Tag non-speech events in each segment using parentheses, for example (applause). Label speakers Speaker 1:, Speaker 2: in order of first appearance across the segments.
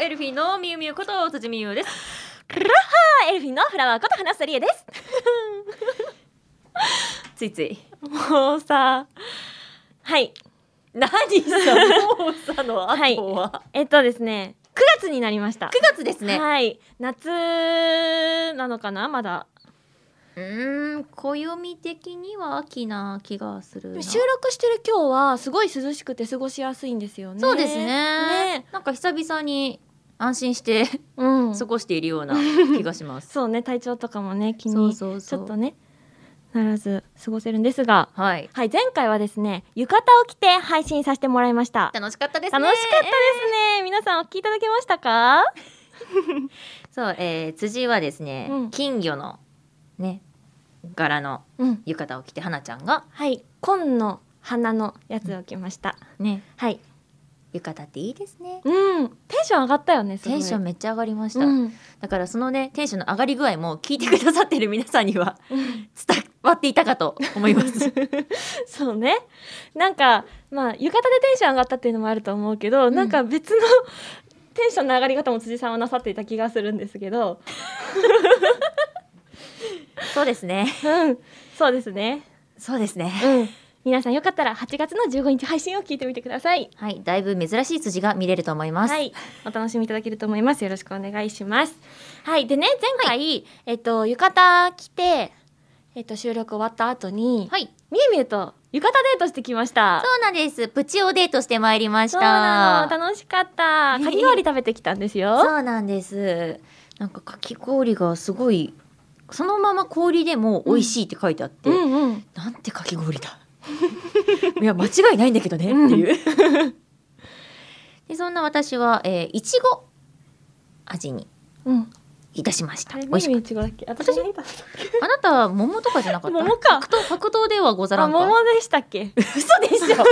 Speaker 1: エルフィーのみゆみゆこと辻みゆです
Speaker 2: エルフィンのフラワーこと花さりえです
Speaker 1: ついつい
Speaker 2: もうさはい
Speaker 1: 何さもうさの後は、
Speaker 2: えっとですね9月になりました
Speaker 1: 9月ですね
Speaker 2: はい夏なのかなまだ
Speaker 1: うーん暦的には秋な気がするな
Speaker 2: 収録してる今日はすごい涼しくて過ごしやすいんですよね
Speaker 1: そうですね
Speaker 2: ね
Speaker 1: なんか久々に安心して
Speaker 2: うん
Speaker 1: 過
Speaker 2: そ
Speaker 1: ごしている (laughs) ような気がします
Speaker 2: うね体調とかもね気に
Speaker 1: そうそう
Speaker 2: ち
Speaker 1: そう
Speaker 2: ょっとねならず過ごせるんですが
Speaker 1: はい
Speaker 2: はい前回はですね浴衣を着て配信させてもらいました
Speaker 1: 楽しかったですね
Speaker 2: 楽しかったですね皆さんお聞きいただけましたか
Speaker 1: そう、えー、辻はですね、
Speaker 2: うん
Speaker 1: 金魚のね柄の
Speaker 2: うん
Speaker 1: 浴衣を着て花ちゃんが
Speaker 2: はい紺の花のやつを着ました
Speaker 1: ね
Speaker 2: はい
Speaker 1: 浴衣っていいですね
Speaker 2: うんテンション上がったよねすご
Speaker 1: テ
Speaker 2: い
Speaker 1: ンションめっちゃ上がりました、
Speaker 2: うん
Speaker 1: だからそのねテンションの上がり具合も聞いてくださってる皆さんには伝わっていたかと思います
Speaker 2: そうねなんかまあ浴衣でテンション上がったっていうのもあると思うけど、
Speaker 1: ん
Speaker 2: なんか別の (laughs) テンションの上がり方も辻さんはなさっていた気がするんですけど
Speaker 1: (laughs) そうですね
Speaker 2: うんそうですね
Speaker 1: そうですね
Speaker 2: うん皆さんよかったら8月の15日配信を聞いてみてください
Speaker 1: はいだいぶ珍しい辻が見れると思います、
Speaker 2: はい、お楽しみいただけると思います。よろしくお願いします。はい、でね、前回、えっと、浴衣着て、えっと、収録終わった後に、
Speaker 1: はい
Speaker 2: みゆみゆと浴衣デートしてきました。
Speaker 1: そうなんですプチおデートしてまいりました
Speaker 2: そうなの、楽しかった。
Speaker 1: ね
Speaker 2: かき氷食べてきたんですよ。
Speaker 1: そうなんですなんかかき氷がすごいそのまま氷でも美味しいって書いてあって、
Speaker 2: うんうん。
Speaker 1: なんてかき氷だ (laughs) いや間違いないんだけどね、っていう (laughs) でそんな私は、えー、いちご味に
Speaker 2: うん。
Speaker 1: いたしました
Speaker 2: あれ、
Speaker 1: 美
Speaker 2: み
Speaker 1: 味
Speaker 2: ゆ
Speaker 1: し
Speaker 2: み
Speaker 1: かっ
Speaker 2: ゆいちごだっけ私がいた。
Speaker 1: たあなたは桃とかじゃなかった
Speaker 2: 桃か
Speaker 1: 白桃白桃ではござら
Speaker 2: あ、
Speaker 1: んか
Speaker 2: 桃でしたっけ
Speaker 1: 嘘でし (laughs) ょ嘘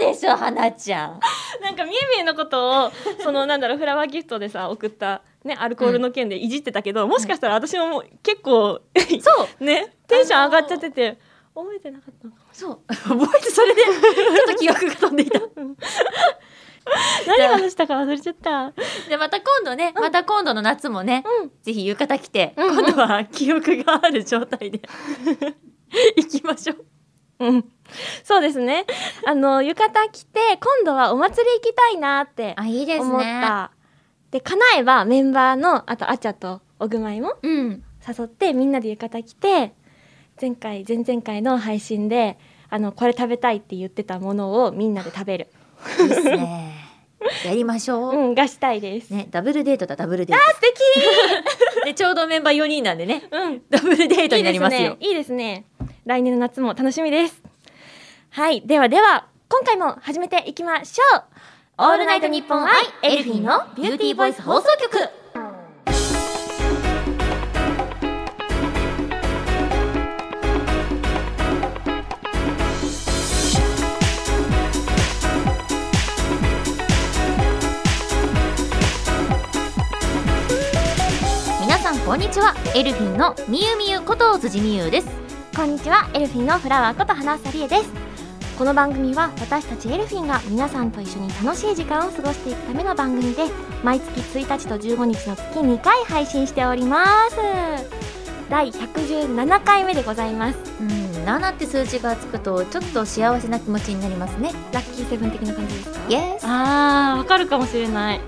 Speaker 1: でしょ花ちゃん
Speaker 2: なんか、みゆみゆのことを、その、なんだろう、フラワーギフトでさ、送った、ね、アルコールの件でいじってたけど、もしかしたら私ももう結構、 (laughs)
Speaker 1: そう
Speaker 2: ねテンション上がっちゃってて覚えてなかったのか
Speaker 1: そう覚えてそれでちょっと記憶が飛んでいた
Speaker 2: な何話したか忘れちゃった
Speaker 1: でまた今度ね、また今度の夏もね、
Speaker 2: うん
Speaker 1: ぜひ浴衣着て、
Speaker 2: うんうん
Speaker 1: 今度は記憶がある状態 (laughs) で行きましょう
Speaker 2: うんそうですねあの浴衣着て今度はお祭り行きたいなって
Speaker 1: いいで
Speaker 2: 思ったで叶えばメンバーのあとあちゃとおぐまいも
Speaker 1: うん
Speaker 2: 誘ってみんなで浴衣着て前回前々回の配信であのこれ食べたいって言ってたものをみんなで食べる
Speaker 1: いいですねやりましょう、
Speaker 2: うんがしたいです、
Speaker 1: ねダブルデートだダブルデー
Speaker 2: あ素敵
Speaker 1: ト (laughs) でちょうどメンバー4人なんでね
Speaker 2: うん
Speaker 1: ダブルデートになりますよ
Speaker 2: いいですね。いいですね。来年の夏も楽しみです。はい、ではでは、今回も始めていきましょう。オールナイトニッポンアイエルフィーのビューティーボイス放送
Speaker 1: 局皆さんこんにちはエルフィンのみゆみゆこと辻みゆです
Speaker 2: こんにちは、エルフィンのフラワーこと花さりえです。この番組は私たちエルフィンが皆さんと一緒に楽しい時間を過ごしていくための番組で毎月1日と15日の月2回配信しております第117回目でございます
Speaker 1: うん7って数字がつくとちょっと幸せな気持ちになりますね
Speaker 2: ラッキーセブン的な感じですか
Speaker 1: イエス
Speaker 2: あーわかるかもしれない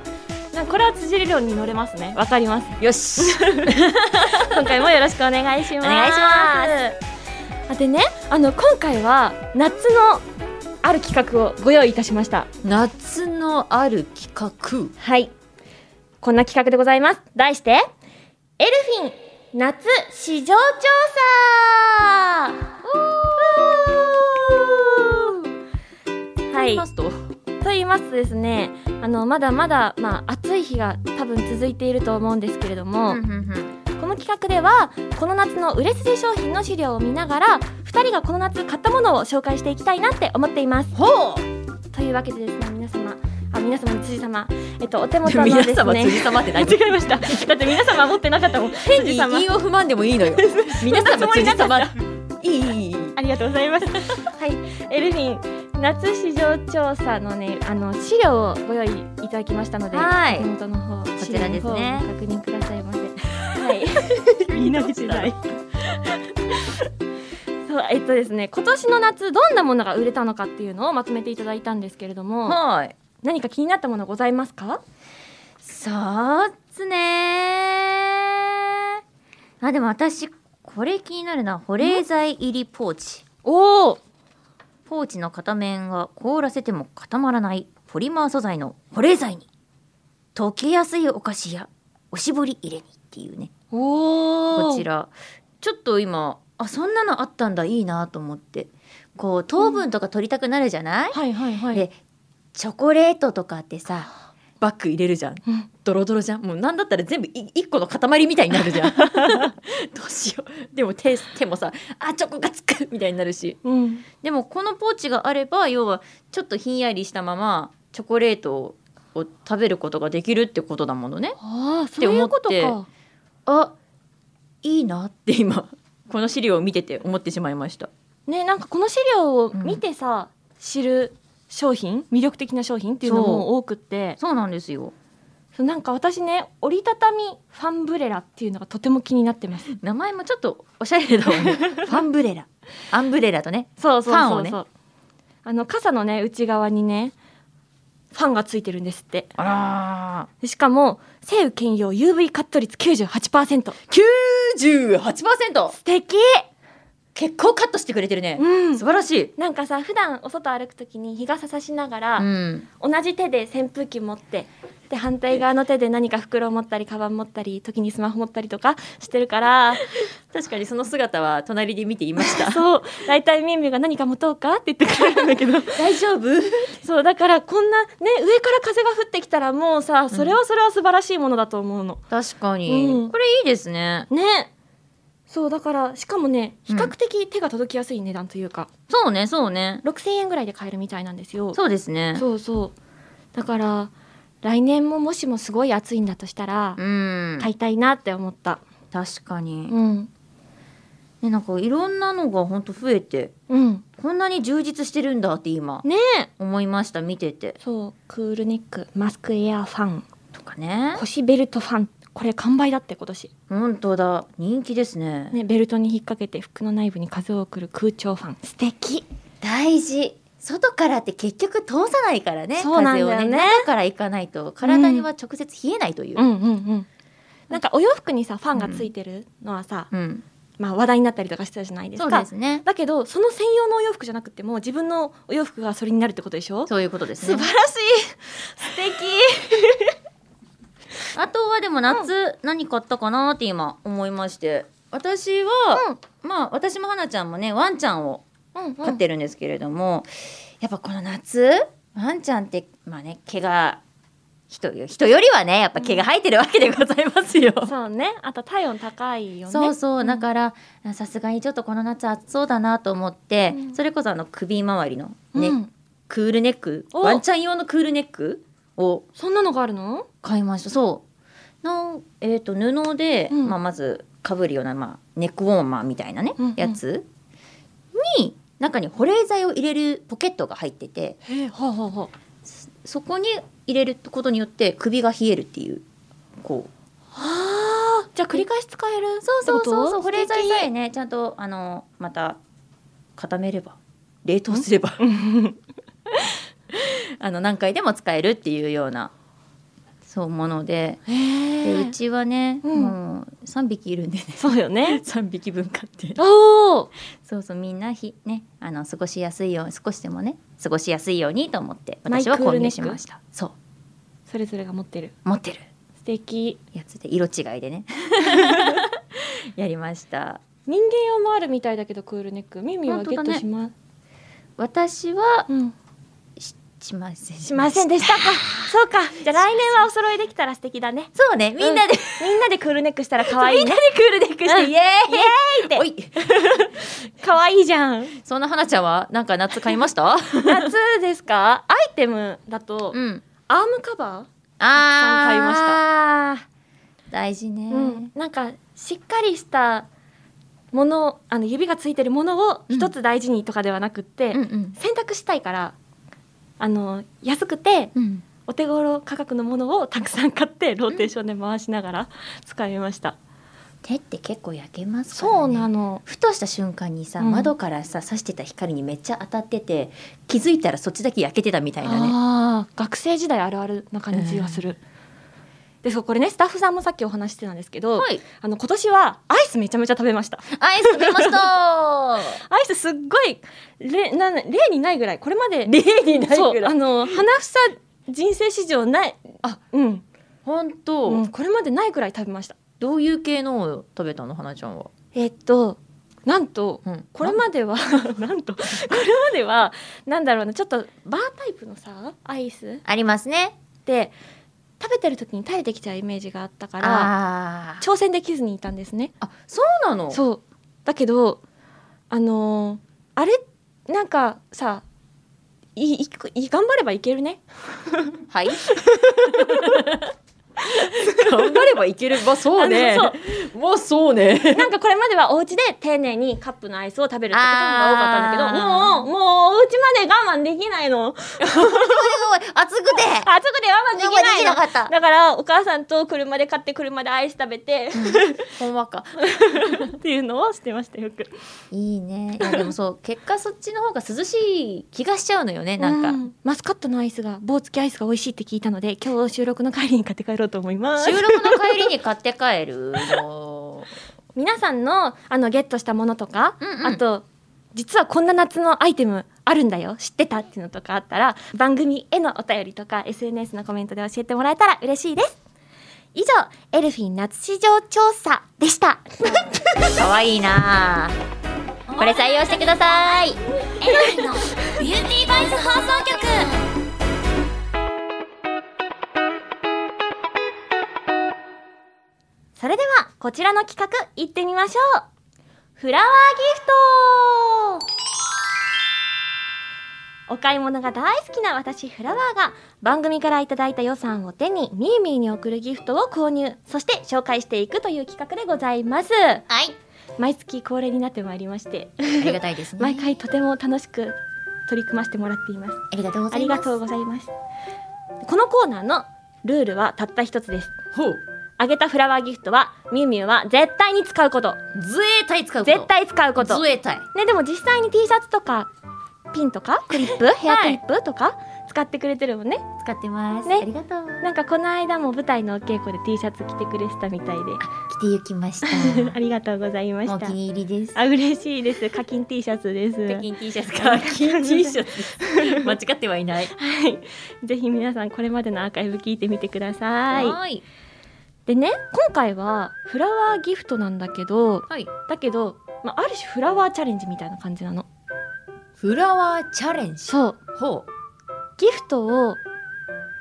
Speaker 2: なんかこれは辻理論に乗れますねわかりま
Speaker 1: (laughs)
Speaker 2: す
Speaker 1: よし
Speaker 2: 今回もよろしくお願いします
Speaker 1: お願いし
Speaker 2: あでねあの今回は夏のある企画をご用意いたしました
Speaker 1: 夏のある企画
Speaker 2: はいこんな企画でございます題してエルフィン夏市場調査は
Speaker 1: と言
Speaker 2: い
Speaker 1: いますと、
Speaker 2: と言いますとですねあのまだまだ、まあ、暑い日が多分続いていると思うんですけれども、この企画ではこの夏の売れ筋商品の資料を見ながら2人がこの夏買ったものを紹介していきたいなって思っています。
Speaker 1: ほう
Speaker 2: というわけでですね皆様あ皆様の辻様、えっと、お手元ので
Speaker 1: 皆
Speaker 2: す
Speaker 1: 様辻
Speaker 2: ね
Speaker 1: 様 (laughs) って何
Speaker 2: 間違えましただって皆様持ってなかったもん
Speaker 1: 変
Speaker 2: 辻
Speaker 1: に
Speaker 2: 様
Speaker 1: 韻を踏まんでもいいの (laughs) よ皆様辻様いいいいいい
Speaker 2: ありがとうございますはいエルフィン夏市場調査のねあの資料をご用意いただきましたので、
Speaker 1: はい
Speaker 2: 手元の方こ
Speaker 1: ちらですね
Speaker 2: 確認くださいま
Speaker 1: (laughs)
Speaker 2: せ。
Speaker 1: はい。
Speaker 2: 言い慣れて
Speaker 1: (laughs)
Speaker 2: ない。そうえっとですね今年の夏どんなものが売れたのかっていうのをまとめていただいたんですけれども
Speaker 1: はい。
Speaker 2: 何か気になったものございますか
Speaker 1: そうっすねー。あ、でも私、これ気になるな。保冷剤入りポーチ。
Speaker 2: おお
Speaker 1: ポーチの片面が凍らせても固まらないポリマー素材の保冷剤に。溶けやすいお菓子やおしぼり入れにっていうね。
Speaker 2: お
Speaker 1: こちら。ちょっと今、あ、そんなのあったんだ、いいなと思って。こう、糖分とか取りたくなるじゃない、
Speaker 2: はいはいはい
Speaker 1: でチョコレートとかってさバッグ入れるじゃん
Speaker 2: うん
Speaker 1: ドロドロじゃんもうなんだったら全部い一個の塊みたいになるじ (laughs) ゃんどうしようでも手手もさあチョコがつくみたいになるし
Speaker 2: うん
Speaker 1: でもこのポーチがあれば要はちょっとひんやりしたままチョコレートを食べることができるってことだものね
Speaker 2: ああそういうこと
Speaker 1: って思っ
Speaker 2: か
Speaker 1: あいいなって今この資料を見てて思ってしまいました
Speaker 2: ねなんかこの資料を見てさ、知る商品魅力的な商品っていうのも多くって
Speaker 1: そうなんですよ
Speaker 2: そうなんか私ね折りたたみファンブレラっていうのがとても気になってます
Speaker 1: 名前もちょっとおしゃれだもんね (laughs) ファンブレラアンブレラとね
Speaker 2: そうそう
Speaker 1: ファン
Speaker 2: そ
Speaker 1: を
Speaker 2: う
Speaker 1: ね
Speaker 2: そう、あの傘のね内側にねファンがついてるんですって
Speaker 1: あら
Speaker 2: でしかも晴雨兼用 UV カット率98%
Speaker 1: 98%
Speaker 2: 素敵
Speaker 1: 結構カットしてくれてるね、
Speaker 2: うん
Speaker 1: 素晴らしい、
Speaker 2: なんかさ普段お外歩くときに日傘さしながら、
Speaker 1: ん、
Speaker 2: 同じ手で扇風機持ってで反対側の手で何か袋を持ったりカバン持ったり時にスマホ持ったりとかしてるから
Speaker 1: (laughs) 確かにその姿は隣で見ていました
Speaker 2: そう大体みんみが何か持とうかって言ってくれるんだけど
Speaker 1: 大丈夫
Speaker 2: (laughs) そうだからこんなね上から風が降ってきたらもうさそれはそれは素晴らしいものだと思うの。
Speaker 1: (laughs) 確かに、
Speaker 2: うん
Speaker 1: これいいですね
Speaker 2: ねそうだからしかもね比
Speaker 1: うん
Speaker 2: 較的手が届きやすい値段というか、
Speaker 1: そうねそうね
Speaker 2: 6000円ぐらいで買えるみたいなんですよ。
Speaker 1: そうですね
Speaker 2: そうそうだから来年ももしもすごい暑いんだとしたら、
Speaker 1: うん、
Speaker 2: 買いたいなって思った。
Speaker 1: 確かに、
Speaker 2: うん
Speaker 1: ね、なんかいろんなのがほんと増えて
Speaker 2: うん、
Speaker 1: こんなに充実してるんだって今
Speaker 2: ねえ
Speaker 1: 思いました見てて
Speaker 2: そうクールネックマスクエアファン
Speaker 1: とかね
Speaker 2: 腰ベルトファンこれ完売だって今年、
Speaker 1: 本当だ人気ですね
Speaker 2: ね、ベルトに引っ掛けて服の内部に風を送る空調ファン素敵
Speaker 1: 大事外からって結局通さないからね
Speaker 2: そうなんだよね
Speaker 1: 風を中から行かないと体には直接冷えないという、
Speaker 2: うんうんうんなんかお洋服にさファンがついてるのはさ、
Speaker 1: うん、
Speaker 2: まあ話題になったりとかしてたじゃないです
Speaker 1: そう
Speaker 2: か
Speaker 1: ですね。
Speaker 2: だけどその専用のお洋服じゃなくても自分のお洋服がそれになるってことでしょ
Speaker 1: そういうことです
Speaker 2: 素晴
Speaker 1: ね
Speaker 2: ら。しい素
Speaker 1: あとはでも夏、何買ったかなって今思いまして、私は、まあ私も花ちゃんもねワンちゃんを
Speaker 2: 敵、うんうん
Speaker 1: 飼ってるんですけれども、やっぱこの夏ワンちゃんってまあね毛が人よ人よりはねやっぱ毛が生えてるわけでございますよ。
Speaker 2: そうねあと体温高いよね
Speaker 1: そうそう、
Speaker 2: ん
Speaker 1: だからあさすがにちょっとこの夏暑そうだなと思って、
Speaker 2: うん
Speaker 1: それこそあの首周りの
Speaker 2: うん
Speaker 1: ね、クールネック
Speaker 2: お
Speaker 1: ワンちゃん用のクールネックを
Speaker 2: そんなのがあるの
Speaker 1: 買いましたそうの、えー、と布で、
Speaker 2: うん
Speaker 1: まあ、まずかぶるような、まあ、ネックウォーマーみたいなね、
Speaker 2: うんうん
Speaker 1: やつに中に保冷剤を入れるポケットが入ってて
Speaker 2: へえほうほうほう
Speaker 1: そこに入れることによって首が冷えるっていうこう
Speaker 2: はあじゃあ繰り返し使える
Speaker 1: そうそうそうそう
Speaker 2: ってこと
Speaker 1: 保冷剤さえねちゃんとあのまた固めれば冷凍すれば (laughs) あの何回でも使えるっていうようなそうもので
Speaker 2: へ
Speaker 1: で
Speaker 2: え
Speaker 1: うちはね、
Speaker 2: うん
Speaker 1: もう3匹いるんでね (laughs)
Speaker 2: そうよね
Speaker 1: 3匹分買って
Speaker 2: (laughs) おお
Speaker 1: そうそうみんなひねあの過ごしやすいよう少しでもね過ごしやすいようにと思って
Speaker 2: マイ
Speaker 1: 私
Speaker 2: クー
Speaker 1: は
Speaker 2: ルネック
Speaker 1: 購入しましたそう
Speaker 2: それぞれが持ってる
Speaker 1: 持ってる
Speaker 2: 素敵
Speaker 1: やつで色違い
Speaker 2: (laughs)
Speaker 1: でねやりました
Speaker 2: 人間用もあるみたいだけどクールネックミミは
Speaker 1: 本当
Speaker 2: ゲ
Speaker 1: だ
Speaker 2: ッ
Speaker 1: ね
Speaker 2: トします、
Speaker 1: 私は
Speaker 2: うん
Speaker 1: しません
Speaker 2: しません (laughs) でしたかそうかじゃあ来年はお揃いできたら素敵だね
Speaker 1: そうね、みんなで、
Speaker 2: みんなでクー (laughs) ルネックしたら可愛いね
Speaker 1: クールネックして、
Speaker 2: う
Speaker 1: (laughs)
Speaker 2: ん
Speaker 1: イエーイ
Speaker 2: イエーイって
Speaker 1: おい
Speaker 2: 可愛いじゃん
Speaker 1: そんな花ちゃんは、なんか夏買いました
Speaker 2: 夏ですかアイテムだと、
Speaker 1: ん。
Speaker 2: アームカバ
Speaker 1: あー。買いました。大事ね。
Speaker 2: ー、うん、なんかしっかりしたものあの指がついてるものを
Speaker 1: うん
Speaker 2: 一つ大事にとかではなくって、
Speaker 1: うんうん
Speaker 2: 選択したいからあの安くて
Speaker 1: うん
Speaker 2: お手頃価格のものをたくさん買ってローテーションで回しながら (laughs) 使いました、
Speaker 1: 手って結構焼けますから、ね、
Speaker 2: そうなの
Speaker 1: ふとした瞬間にさ、
Speaker 2: うん
Speaker 1: 窓からさ差してた光にめっちゃ当たってて気づいたらそっちだけ焼けてたみたいなね
Speaker 2: あー学生時代あるあるな感じがする、でそうこれねスタッフさんもさっきお話ししてたんですけど、
Speaker 1: はい
Speaker 2: あの今年はアイスめちゃめちゃ食べました
Speaker 1: アイス食べました
Speaker 2: (laughs) アイスすっごいれな例にないぐらいこれまで
Speaker 1: 例にないぐらい
Speaker 2: そうあの花房人生史上ない
Speaker 1: あ
Speaker 2: うん、
Speaker 1: 本当、
Speaker 2: うんこれまでないぐらい食べました
Speaker 1: どういう系のを食べたの花ちゃんは、
Speaker 2: えっとなんと
Speaker 1: うん
Speaker 2: これまでは (laughs) なんとこれまではなんだろうなちょっとバータイプのさアイス
Speaker 1: ありますね
Speaker 2: って食べてる時に垂れてきちゃうイメージがあったから
Speaker 1: あー
Speaker 2: 挑戦できずにいたんですね
Speaker 1: あそうなの
Speaker 2: そうだけどあのーあれなんかさいいい頑張ればいけるね
Speaker 1: はい (laughs) 頑張ればいけるまあそうね
Speaker 2: あの
Speaker 1: まあそうね
Speaker 2: (laughs) なんかこれまではお家で丁寧にカップのアイスを食べるってことが多かったんだ
Speaker 1: あー
Speaker 2: けどもうもうお家まで我慢できな
Speaker 1: (laughs)
Speaker 2: いの
Speaker 1: 熱く (laughs) て
Speaker 2: 暑くて我慢できないの
Speaker 1: 我慢できなかった
Speaker 2: だからお母さんと車で買って車でアイス食べて
Speaker 1: ほんまか
Speaker 2: っていうのをしてましたよく
Speaker 1: いいねいやでもそう結果そっちの方が涼しい気がしちゃうのよねなんか、
Speaker 2: マスカットのアイスが棒付きアイスが美味しいって聞いたので今日収録の帰りに買って帰ろうと思いま
Speaker 1: 収録の帰りに買って帰るの
Speaker 2: 皆さんのあのゲットしたものとか、
Speaker 1: うんうん
Speaker 2: あと実はこんな夏のアイテムあるんだよ知ってたっていうのとかあったら番組へのお便りとか SNS のコメントで教えてもらえたら嬉しいです以上エルフィン夏市場調査でした
Speaker 1: 可愛い (laughs) なあこれ採用してください
Speaker 3: エドリのビューティーバイス放送局
Speaker 2: それではこちらの企画行ってみましょうフラワーギフトお買い物が大好きな私フラワーが番組からいただいた予算を手にミーミーに贈るギフトを購入そして紹介していくという企画でございます
Speaker 1: はい
Speaker 2: 毎月恒例になってまいりまして
Speaker 1: ありがたいですね
Speaker 2: 毎回とても楽しく取り組ませてもらっています
Speaker 1: ありがとうご
Speaker 2: あ
Speaker 1: ざい
Speaker 2: り
Speaker 1: ま
Speaker 2: が
Speaker 1: す
Speaker 2: とうございますこのコーナーのルールはたった一つです
Speaker 1: ほう
Speaker 2: あげたフラワーギフトはミュウミュウは絶対に使うこと
Speaker 1: 自衛隊使うこと
Speaker 2: 絶対使うこと、
Speaker 1: 自衛隊
Speaker 2: ね、でも実際に T シャツとかピンとかクリップヘアクリップとか使ってくれてるもんね
Speaker 1: 使ってます、
Speaker 2: ね
Speaker 1: ありがとう
Speaker 2: なんかこの間も舞台のお稽古で T シャツ着てくれてたみたい
Speaker 1: 来てゆき (laughs) ました
Speaker 2: で (laughs) ありがとうございま
Speaker 1: もう
Speaker 2: し
Speaker 1: お
Speaker 2: た
Speaker 1: 気に入りです
Speaker 2: あ嬉しいです課金 T シャツです
Speaker 1: 北京 T シャツ (laughs) か北京 T シャツ (laughs) 間違ってはいない
Speaker 2: はいぜひ皆さんこれまでのアーカイブ聞いてみてください
Speaker 1: い
Speaker 2: でね今回はフラワーギフトなんだけど
Speaker 1: はい
Speaker 2: だけど、まあ、ある種フラワーチャレンジみたいな感じなの
Speaker 1: フラワーチャレンジ
Speaker 2: そう
Speaker 1: ほう
Speaker 2: ギフトを、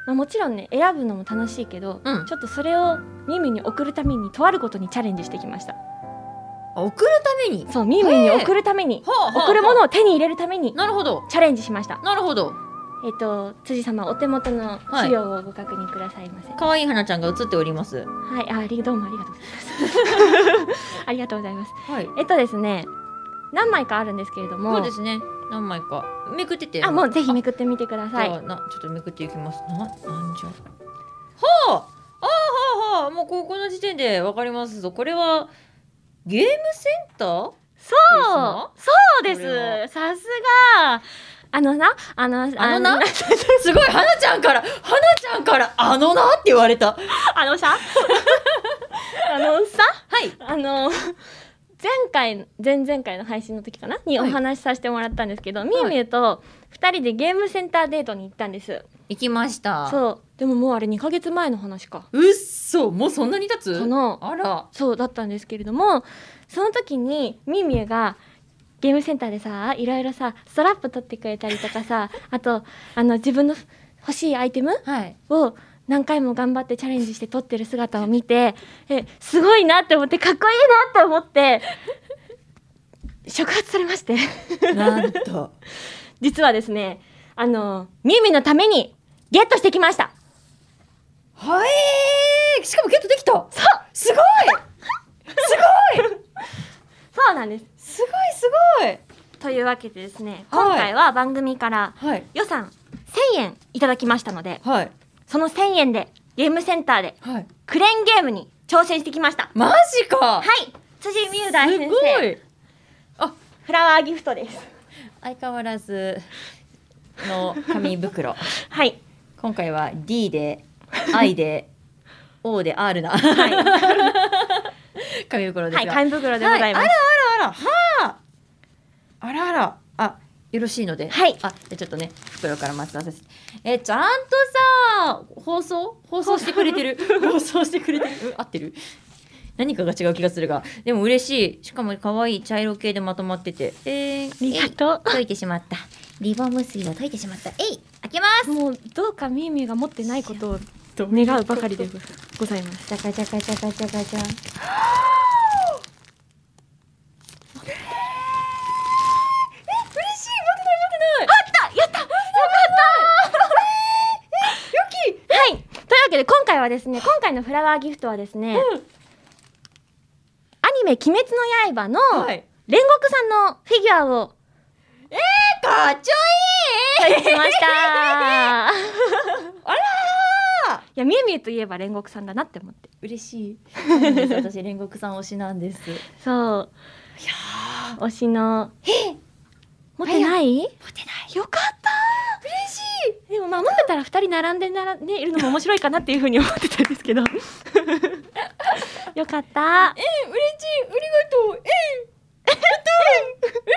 Speaker 2: まあ、もちろんね選ぶのも楽しいけど、
Speaker 1: うん
Speaker 2: ちょっとそれをミミに送るためにとあることにチャレンジしてきました
Speaker 1: あ送るために
Speaker 2: そうミミに送るために
Speaker 1: ほうほうほう
Speaker 2: 送るものを手に入れるために
Speaker 1: なるほど
Speaker 2: チャレンジしました
Speaker 1: なるほど
Speaker 2: えっ、と辻様お手元の資料をご確認くださいませは
Speaker 1: 可愛い花ちゃんが映っております
Speaker 2: い、あありどうもありがとうございます
Speaker 1: (laughs)
Speaker 2: ありがとうございます
Speaker 1: はい
Speaker 2: えっとですね何枚かあるんですけれども
Speaker 1: そうですね何枚かめくってて
Speaker 2: あもうぜひめくってみてくださ
Speaker 1: じゃあ
Speaker 2: い
Speaker 1: なちょっとめくっていきますな何じゃほうああはあはあもうここの時点でわかりますぞこれはゲームセンター
Speaker 2: そうそうで
Speaker 1: これ
Speaker 2: すさすがあのなあの
Speaker 1: あのな (laughs) すごい花ちゃんから花ちゃんからあのなって言われた
Speaker 2: あのさ (laughs) あのさ
Speaker 1: はい
Speaker 2: あの前回前々回の配信の時かなにお
Speaker 1: はい
Speaker 2: 話しさせてもらったんですけど、みゆみゆと2人でゲームセンターデートに行ったんです
Speaker 1: 行きました
Speaker 2: そうでももうあれ2ヶ月前の話か
Speaker 1: うっそもうそんなに経つ
Speaker 2: その
Speaker 1: あら
Speaker 2: そうだったんですけれどもその時にみゆみゆがゲームセンターでさいろいろさストラップ取ってくれたりとかさあとあの自分の欲しいアイテム
Speaker 1: はい
Speaker 2: を何回も頑張ってチャレンジして撮ってる姿を見てえすごいなって思ってかっこいいなって思って触発されまして
Speaker 1: なんと
Speaker 2: (laughs)
Speaker 1: (laughs)
Speaker 2: 実はですねあのみゆみゆのためにゲットしてきました
Speaker 1: はいしかもゲットできた
Speaker 2: そう
Speaker 1: すごい
Speaker 2: そうなんです
Speaker 4: すごいすごい
Speaker 2: というわけでですね
Speaker 4: はい
Speaker 2: 今回は番組から
Speaker 4: はい
Speaker 2: 予算1000円いただきましたので
Speaker 4: はい
Speaker 2: その1000円でゲームセンターで
Speaker 4: はい
Speaker 2: クレーンゲームに挑戦してきました
Speaker 4: マジか
Speaker 2: はい辻美優大
Speaker 4: す
Speaker 2: 先
Speaker 4: ご
Speaker 2: 生
Speaker 4: い
Speaker 2: フラワーギフトです
Speaker 1: 相変わらずの紙
Speaker 2: (laughs)
Speaker 1: 袋
Speaker 2: はい
Speaker 1: 今回は D で I で O で R な
Speaker 2: はい、は
Speaker 1: (laughs) 紙袋です
Speaker 2: い、
Speaker 1: が、
Speaker 2: 紙袋でございま
Speaker 1: は
Speaker 2: す、
Speaker 1: いあらあらはああらあらあよろしいので
Speaker 2: はい
Speaker 1: あじゃあちょっとね袋からまず出させてえちゃんとさ放送放送してくれてる放送してくれてるうん合ってる何かが違う気がするがでも嬉しいしかも可愛い茶色系でまとまっててえー、あ
Speaker 2: ありが
Speaker 1: 溶いてしまったリボン結びを溶いてしまったえい開けま
Speaker 2: とうもうどうかみゆみゆが持ってないことを願うばかりでございます
Speaker 1: すじゃかじゃかじゃかじゃかじゃ
Speaker 2: はい。というわけで今回はですね、今回のフラワーギフトはですね、
Speaker 4: うん
Speaker 2: アニメ鬼滅の刃の
Speaker 4: はい
Speaker 2: 煉獄さんのフィギュアを
Speaker 4: かっち
Speaker 2: 買い付けま (laughs) した。あ
Speaker 4: ー
Speaker 2: らいやみゆみゆといえば煉獄さんだなって思って。
Speaker 1: 嬉しいそうなんです (laughs) 私煉獄さん推しなんです
Speaker 2: そう。いや推しの。持ってない？持ってない。よかった。嬉しい。でもまあ持ってたら二人並んでならねいるのも面白いかなっていうふうに思ってたんですけど。 (laughs) よかった。
Speaker 4: え嬉しいありがとうえやったうんやった嬉しい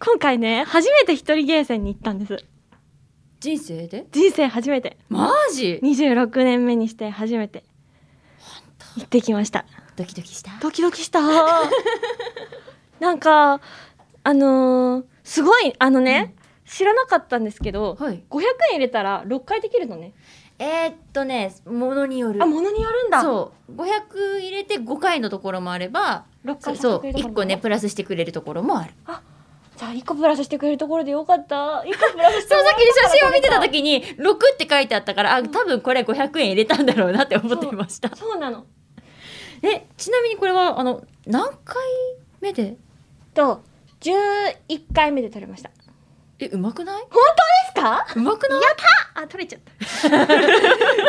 Speaker 2: 今回ね初めて一人ゲーセンに行ったんです
Speaker 1: 人生で
Speaker 2: 人生初めて
Speaker 1: マジ
Speaker 2: 26年目にして初めて行ってきました
Speaker 1: ドキドキした
Speaker 2: ドキドキした (laughs) なんかあのーすごいあのね、知らなかったんですけど、
Speaker 1: はい
Speaker 2: 500円入れたら6回できるのね
Speaker 1: えー、っとねものによる
Speaker 2: あ物によるんだ
Speaker 1: そう500入れて5回のところもあれば
Speaker 2: 6
Speaker 1: そ
Speaker 2: 回
Speaker 1: うそう
Speaker 2: 買ってくれた
Speaker 1: 1
Speaker 2: の
Speaker 1: 個ねプラスしてくれるところもある
Speaker 2: じゃあ1個プラスしてくれるところでよかった1個プラスして
Speaker 1: そう
Speaker 2: も
Speaker 1: さ
Speaker 2: ら
Speaker 1: っ
Speaker 2: え
Speaker 1: きに写真を見てた
Speaker 2: から
Speaker 1: 時に「6」って書いてあったからあ多分これ500円入れたんだろうなって思っていました
Speaker 2: そうなの
Speaker 1: えちなみにこれはあの何回目で
Speaker 2: と11回目で取れましたで
Speaker 1: えうまくない
Speaker 2: すか
Speaker 1: うまくない
Speaker 2: あ取れちゃった
Speaker 1: (laughs) ウ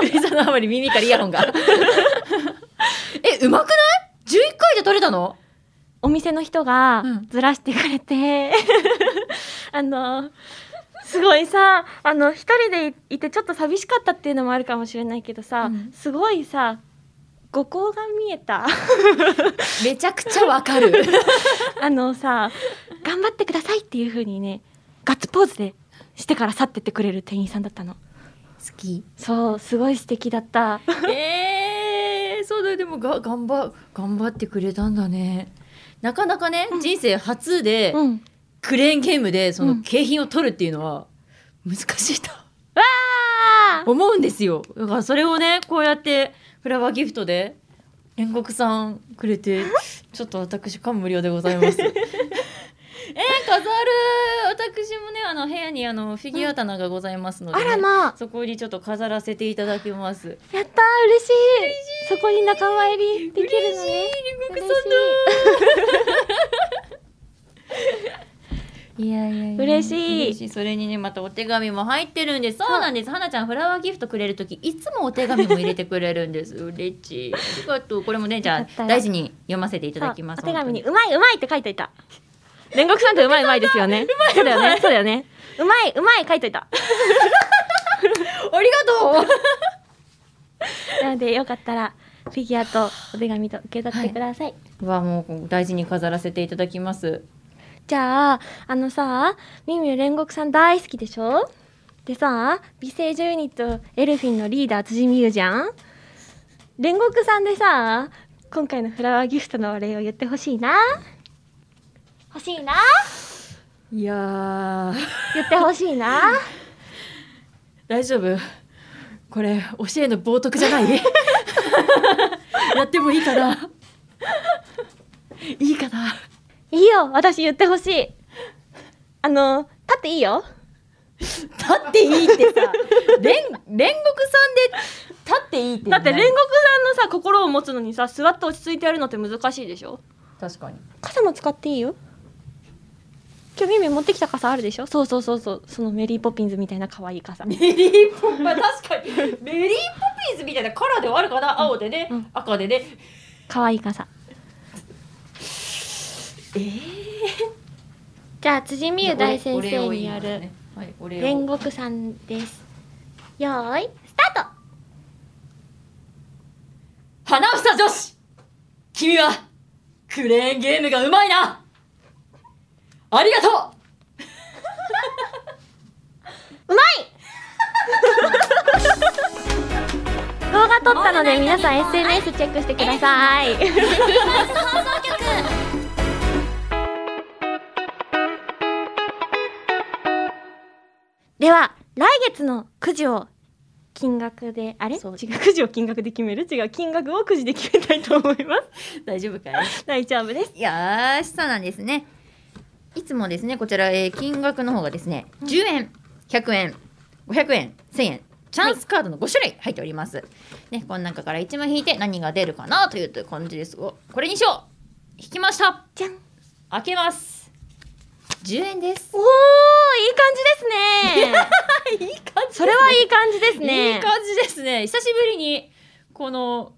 Speaker 1: リさんのあまり耳からイヤホンが (laughs) えうまくない ?11 回で取れたの
Speaker 2: お店の人が
Speaker 1: うん
Speaker 2: ずらしてくれて、 (laughs) あのすごいさあの一人でいてちょっと寂しかったっていうのもあるかもしれないけどさ、
Speaker 1: うん
Speaker 2: すごいさ五行が見
Speaker 1: (laughs)
Speaker 2: えた
Speaker 1: めちゃくちゃわかる
Speaker 2: あのさ頑張ってくださいっていう風にねガッツポーズでしてから去ってってくれる店員さんだったの
Speaker 1: 好き
Speaker 2: そうすごい素敵だった
Speaker 1: (laughs) えー、そうだよでもが頑張頑張ってくれたんだねなかなかね、人生初で、
Speaker 2: うん
Speaker 1: クレーンゲームでそうの
Speaker 2: ん
Speaker 1: 景品を取るっていうのは難しいと
Speaker 2: あー
Speaker 1: 思うんですよだからそれをねこうやってフラワーギフトで煉獄さんくれてちょっと私感無量でござい
Speaker 2: (laughs)
Speaker 1: ますえー、飾る私もねあの部屋にあのフィギュア棚がございますので、
Speaker 2: あ
Speaker 1: ね
Speaker 2: らまあ
Speaker 1: そこにちょっと飾らせていただきます
Speaker 2: やったー嬉しいそこに仲間入りできるのね
Speaker 1: 煉
Speaker 2: 嬉
Speaker 1: 獄
Speaker 2: し
Speaker 1: さんだ
Speaker 2: い
Speaker 1: いやいやいや
Speaker 2: 嬉しい
Speaker 1: 嬉しいそれにねまたお手紙も入ってるんですそうなんです花ちゃんフラワーギフトくれる時いつもお手紙も入れてくれるんです (laughs) 嬉しいありがとうこれもねじ
Speaker 2: よ
Speaker 1: ゃ
Speaker 2: かっ
Speaker 1: あ
Speaker 2: たよ
Speaker 1: 大事に読ませていただきます
Speaker 2: そうお手紙に
Speaker 1: 本
Speaker 2: うまいうまいって書いといた。煉獄さんってうまいうまいですよね。そうだよね。そうだよね。
Speaker 1: (laughs)
Speaker 2: うまいうまい書いといた。
Speaker 1: 当にありがとう
Speaker 2: なのでよかったらフィギュアとお手紙と受け取ってください。
Speaker 1: うわもう大事に飾らせていただきます
Speaker 2: じゃああのさ、ミミュ煉獄さん大好きでしょ？でさ、美声女ユニットエルフィンのリーダー辻美優じゃん。煉獄さんでさ、今回のフラワーギフトのお礼を言ってほしいな。欲しいな。
Speaker 1: いやー
Speaker 2: 言ってほしいな。
Speaker 1: 大丈夫これ教えの冒涜じゃない (laughs) やってもいいかないいかない
Speaker 2: いよ私言ってほしいあの立っていいよ
Speaker 1: 立っていいってさ煉煉獄さんで立っていいって
Speaker 2: だって煉
Speaker 1: 何
Speaker 2: 獄さんのさ心を持つのにさ座って落ち着いてやるのって難しいでしょ
Speaker 1: 確かに
Speaker 2: 傘も使っていいよ今日みみ持ってきた傘あるでしょそうそうそうそうそのメリーポピンズみたいな可愛い傘
Speaker 1: メリーポまあ確かにメリーポピンズみたいなカラーではあるかな青でね、
Speaker 2: うん
Speaker 1: 赤でね
Speaker 2: 可愛い傘
Speaker 1: えー
Speaker 2: じゃあ辻美優大先生によ
Speaker 1: お礼を言います
Speaker 2: る
Speaker 1: ねはいお礼を
Speaker 2: 煉獄さんですよーいスタート
Speaker 1: 花房女子君はクレーンゲームがうまいなありがとう
Speaker 2: うまい動画撮ったので皆さん SNS チェックしてください
Speaker 3: 放送局
Speaker 2: (laughs) では来月のくじを金額であれ違うくじを金額で決める違う金額をくじで決めたいと思いま
Speaker 1: 大丈夫かい
Speaker 2: す (laughs) 大丈夫です
Speaker 1: いやーしそうなんですねいつもですねこちら、えー金額の方がですね10円100円500円1000円チャンスカードの5種類入っております、ねこの中から1枚引いて何が出るかなという感じですがこれにしよう引きました
Speaker 2: じゃんおーい
Speaker 1: 開けます10円です
Speaker 2: い感じです
Speaker 1: い
Speaker 2: ね
Speaker 1: い感じ
Speaker 2: それはいい感じです
Speaker 1: い
Speaker 2: ね
Speaker 1: い感じですね久しぶりにこの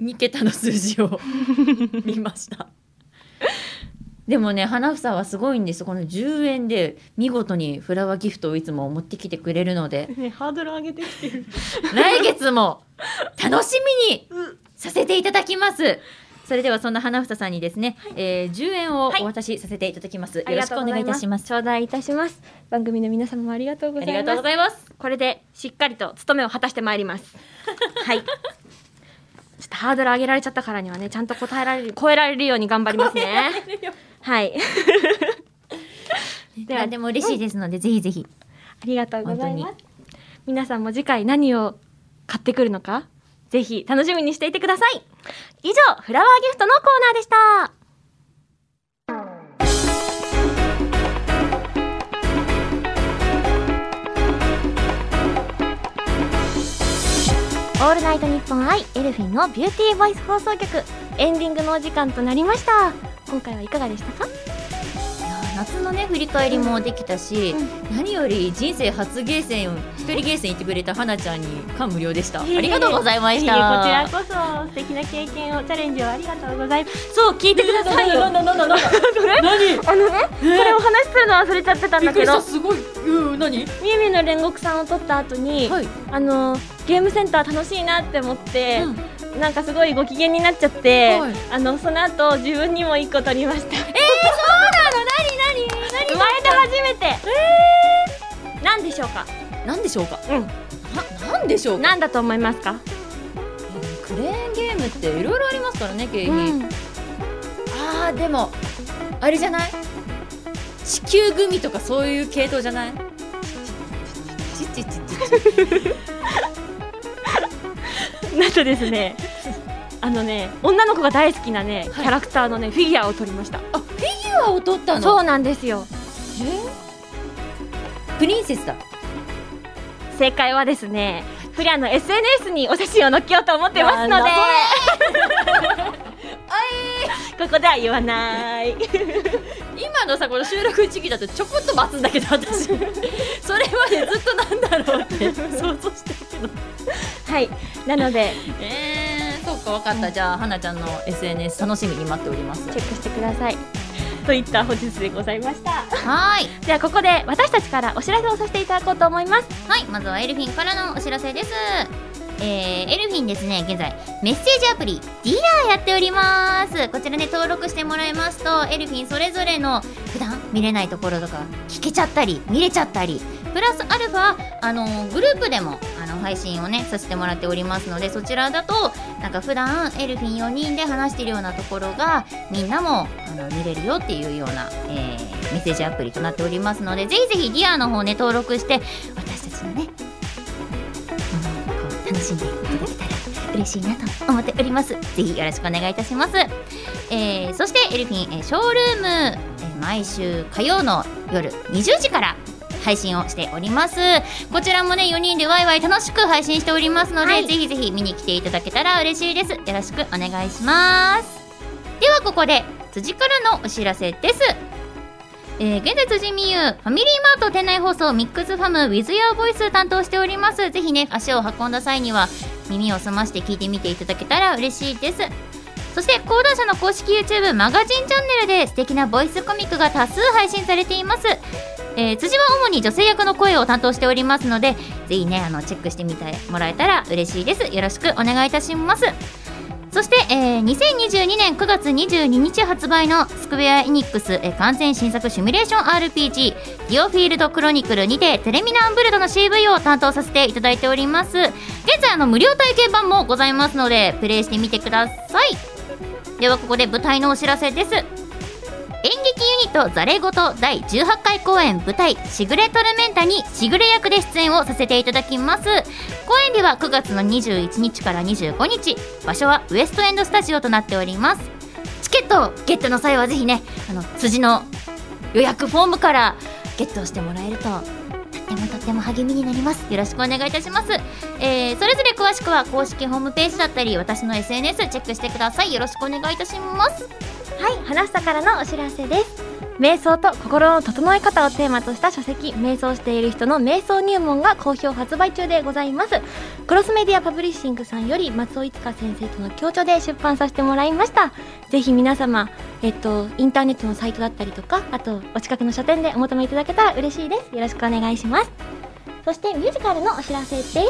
Speaker 1: 2桁の数字
Speaker 2: (laughs)
Speaker 1: を見ましたでもね花房はすごいんですこの10円で見事にフラワーギフトをいつも持ってきてくれるので
Speaker 2: ねハードル上げてきてる
Speaker 1: 来月も楽しみにさせていただきますそれではそんな花房さんにですね、えー10円をお渡しさせていただきます、よろしくお願いいたします
Speaker 2: 頂戴いたします番組の皆様もありがとうご
Speaker 1: あ
Speaker 2: ざ
Speaker 1: りが
Speaker 2: い
Speaker 1: とうご
Speaker 2: ます
Speaker 1: ざい
Speaker 2: (laughs)
Speaker 1: ます
Speaker 2: これでしっかりと務めを果たしてまいります (laughs) はいちょっとハードル上げられちゃったからにはねちゃんと答えられる超えられるように頑張りますね (laughs) はいで
Speaker 1: では
Speaker 2: は
Speaker 1: でも嬉しいですので、ぜひぜひ
Speaker 2: ありがとうございま
Speaker 1: 本
Speaker 2: す。皆さんも次回何を買ってくるのか、ぜひ楽しみにしていてください。以上、フラワーギフトのコーナーでした。オールナイトニッポンアイエルフィンのビューティーボイス放送局エンディングのお時間となりました今回はいかがでしたか
Speaker 1: いやー夏のね振り返りもできたし、何より人生初ゲーセン一人ゲーセン行ってくれた花ちゃんに感無量でした、
Speaker 2: いえいえ
Speaker 1: ありがとうございました
Speaker 2: いえこちらこそ素敵な経験をチャレンジをありがとうございますそう聞いてください
Speaker 1: な
Speaker 2: よ
Speaker 1: んだなんだなんだ何
Speaker 2: あのね、これお話しするの忘れちゃってたん
Speaker 1: び
Speaker 2: だ
Speaker 1: っく
Speaker 2: け
Speaker 1: りし
Speaker 2: ど
Speaker 1: たすごいうん何
Speaker 2: みゆみゆの煉獄さんを撮った後に、
Speaker 1: はい
Speaker 2: あのゲームセンター楽しいなって思って、
Speaker 1: うん
Speaker 2: なんかすごいご機嫌になっちゃって、
Speaker 1: はい
Speaker 2: あのその後自分にも一個撮りましたえー、そうなの何何何生まれて初めてえー、なんでしょうか
Speaker 1: 何でしょうか
Speaker 2: う、
Speaker 1: な何でしょうんか
Speaker 2: なんだと思いますか
Speaker 1: クレーンゲームっていろいろありますからね景品、
Speaker 2: うん
Speaker 1: あーでもあれじゃない地球グミとかそういう系統じゃないちちちちちち
Speaker 2: (laughs) なんとですねあのね女の子が大好きなねキ
Speaker 1: はい
Speaker 2: ャラクターのね、フィギュアを取りました
Speaker 1: あフィギュアを取ったの
Speaker 2: そうなんですよ
Speaker 1: えプリンセスだ
Speaker 2: 正解はですねフリアの SNS にお写真を載っけようと思ってますの
Speaker 1: なん
Speaker 2: で
Speaker 1: だ
Speaker 2: ここでは言わない
Speaker 1: 今のさこの収録時期だとちょこっと待つんだけど (laughs) 私それまでずっとなんだろうって (laughs) 想像してるけど
Speaker 2: (laughs) はいなので
Speaker 1: (laughs) えー、そうかわかった、じゃあはなちゃんの SNS 楽しみに待っております
Speaker 2: チェックしてくださいといった本日でございました
Speaker 1: はい
Speaker 2: ではここで私たちからお知らせをさせていただこうと思います
Speaker 3: はい、まずはエルフィンからのお知らせです。えー、エルフィンですね、現在、メッセージアプリ、ディラーやっております。こちらね、登録してもらいますと、エルフィンそれぞれの、普段見れないところとか、聞けちゃったり、見れちゃったり、プラスアルファ、あのーグループでも、あの、配信をね、させてもらっておりますので、そちらだと、なんか普段、エルフィン4人で話してるようなところが、みんなも、あの、見れるよっていうような、えー、メッセージアプリとなっておりますので、ぜひぜひディアーの方ね、登録して、私たちのねものをこう楽しんでいただけたら嬉しいなと思っておりますぜひよろしくお願いいたします、えーそしてエルフィン、えーショールーム、えー毎週火曜の夜20時から配信をしておりますこちらもね4人でワイワイ楽しく配信しておりますので、
Speaker 2: はい
Speaker 3: ぜひぜひ見に来ていただけたら嬉しいですよろしくお願いしますでは
Speaker 1: はここで辻からのお知らせです。えー現在辻美優ファミリーマート店内放送ミックスファム With Your Voice 担当しておりますぜひね足を運んだ際には耳を澄まして聞いてみていただけたら嬉しいですそして講談社の公式 YouTube マガジンチャンネルで素敵なボイスコミックが多数配信されています、えー辻は主に女性役の声を担当しておりますのでぜひねあのチェックしてみてもらえたら嬉しいですよろしくお願いいたしますそして、えー2022年9月22日発売のスクウェア・エニックス、えー完全新作シミュレーション RPG「ディオフィールド・クロニクル」にてテレミナ・アンブルドの CV を担当させていただいております現在あの無料体験版もございますのでプレイしてみてくださいではここで舞台のお知らせです演劇ユニットザレごと第18回公演舞台「しぐれトルメンタ」にしぐれ役で出演をさせていただきます公演日は9月の21日から25日場所はウエストエンドスタジオとなっておりますチケットゲットの際はぜひねあの辻の予約フォームからゲットしてもらえるととってもとっても励みになりますよろしくお願いいたします、えーそれぞれ詳しくは公式ホームページだったり私の SNS チェックしてくださいよろしくお願いいたします
Speaker 2: はい、花房からのお知らせです。瞑想と心の整え方をテーマとした書籍、瞑想している人の瞑想入門が好評発売中でございます。クロスメディアパブリッシングさんより松尾いつか先生との協調で出版させてもらいました。ぜひ皆様、えっと、インターネットのサイトだったりとか、あと、お近くの書店でお求めいただけたら嬉しいです。よろしくお願いします。そしてミュージカルのお知らせです。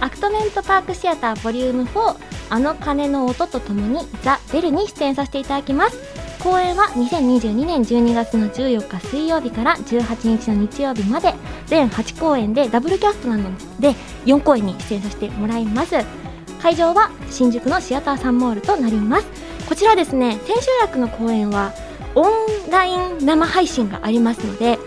Speaker 2: アクトメントパークシアターボリューム4あの鐘の音とともにザ・ベルに出演させていただきます公演は2022年12月の14日水曜日から18日の日曜日まで全8公演でダブルキャストなので4公演に出演させてもらいます会場は新宿のシアターサンモールとなりますこちらですね千秋楽の公演はオンライン生配信がありますので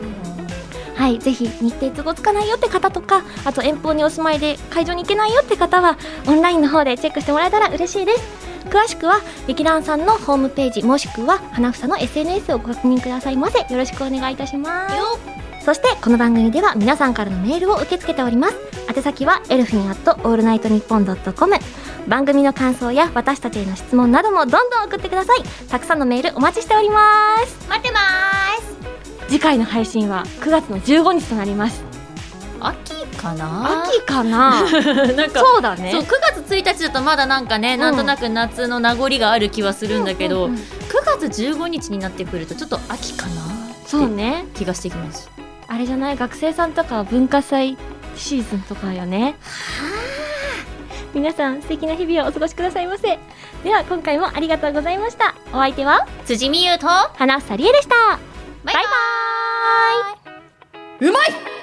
Speaker 2: はい、ぜひ日程都合つかないよって方とかあと遠方にお住まいで会場に行けないよって方はオンラインの方でチェックしてもらえたら嬉しいです詳しくは劇団さんのホームページもしくは花房の SNS をご確認くださいませよろしくお願いいたしますそしてこの番組では皆さんからのメールを受け付けております宛先はエルフィンアットオールナイトニッポンドットコム番組の感想や私たちへの質問などもどんどん送ってくださいたくさんのメールお待ちしております
Speaker 1: 待ってま
Speaker 2: 次回の配信は9月の15日となります
Speaker 1: ーす秋かな
Speaker 2: 秋か (laughs) な
Speaker 5: なんか
Speaker 2: そうだね
Speaker 5: そう9月1日だとまだなんかね、
Speaker 2: ん
Speaker 5: なんとなく夏の名残がある気はするんだけど、
Speaker 2: うんうんう
Speaker 5: 9月15日になってくるとちょっと秋かな
Speaker 2: そうね
Speaker 5: 気がしてきます
Speaker 2: あれじゃない学生さんとかは文化祭シーズンとかよね皆さん素敵な日々をお過ごしくださいませでは今回もありがとうございましたお相手は
Speaker 1: 辻美優と
Speaker 2: 花房理恵でした
Speaker 1: バイバ
Speaker 2: バイバ
Speaker 1: イ
Speaker 2: ーイ
Speaker 5: うまい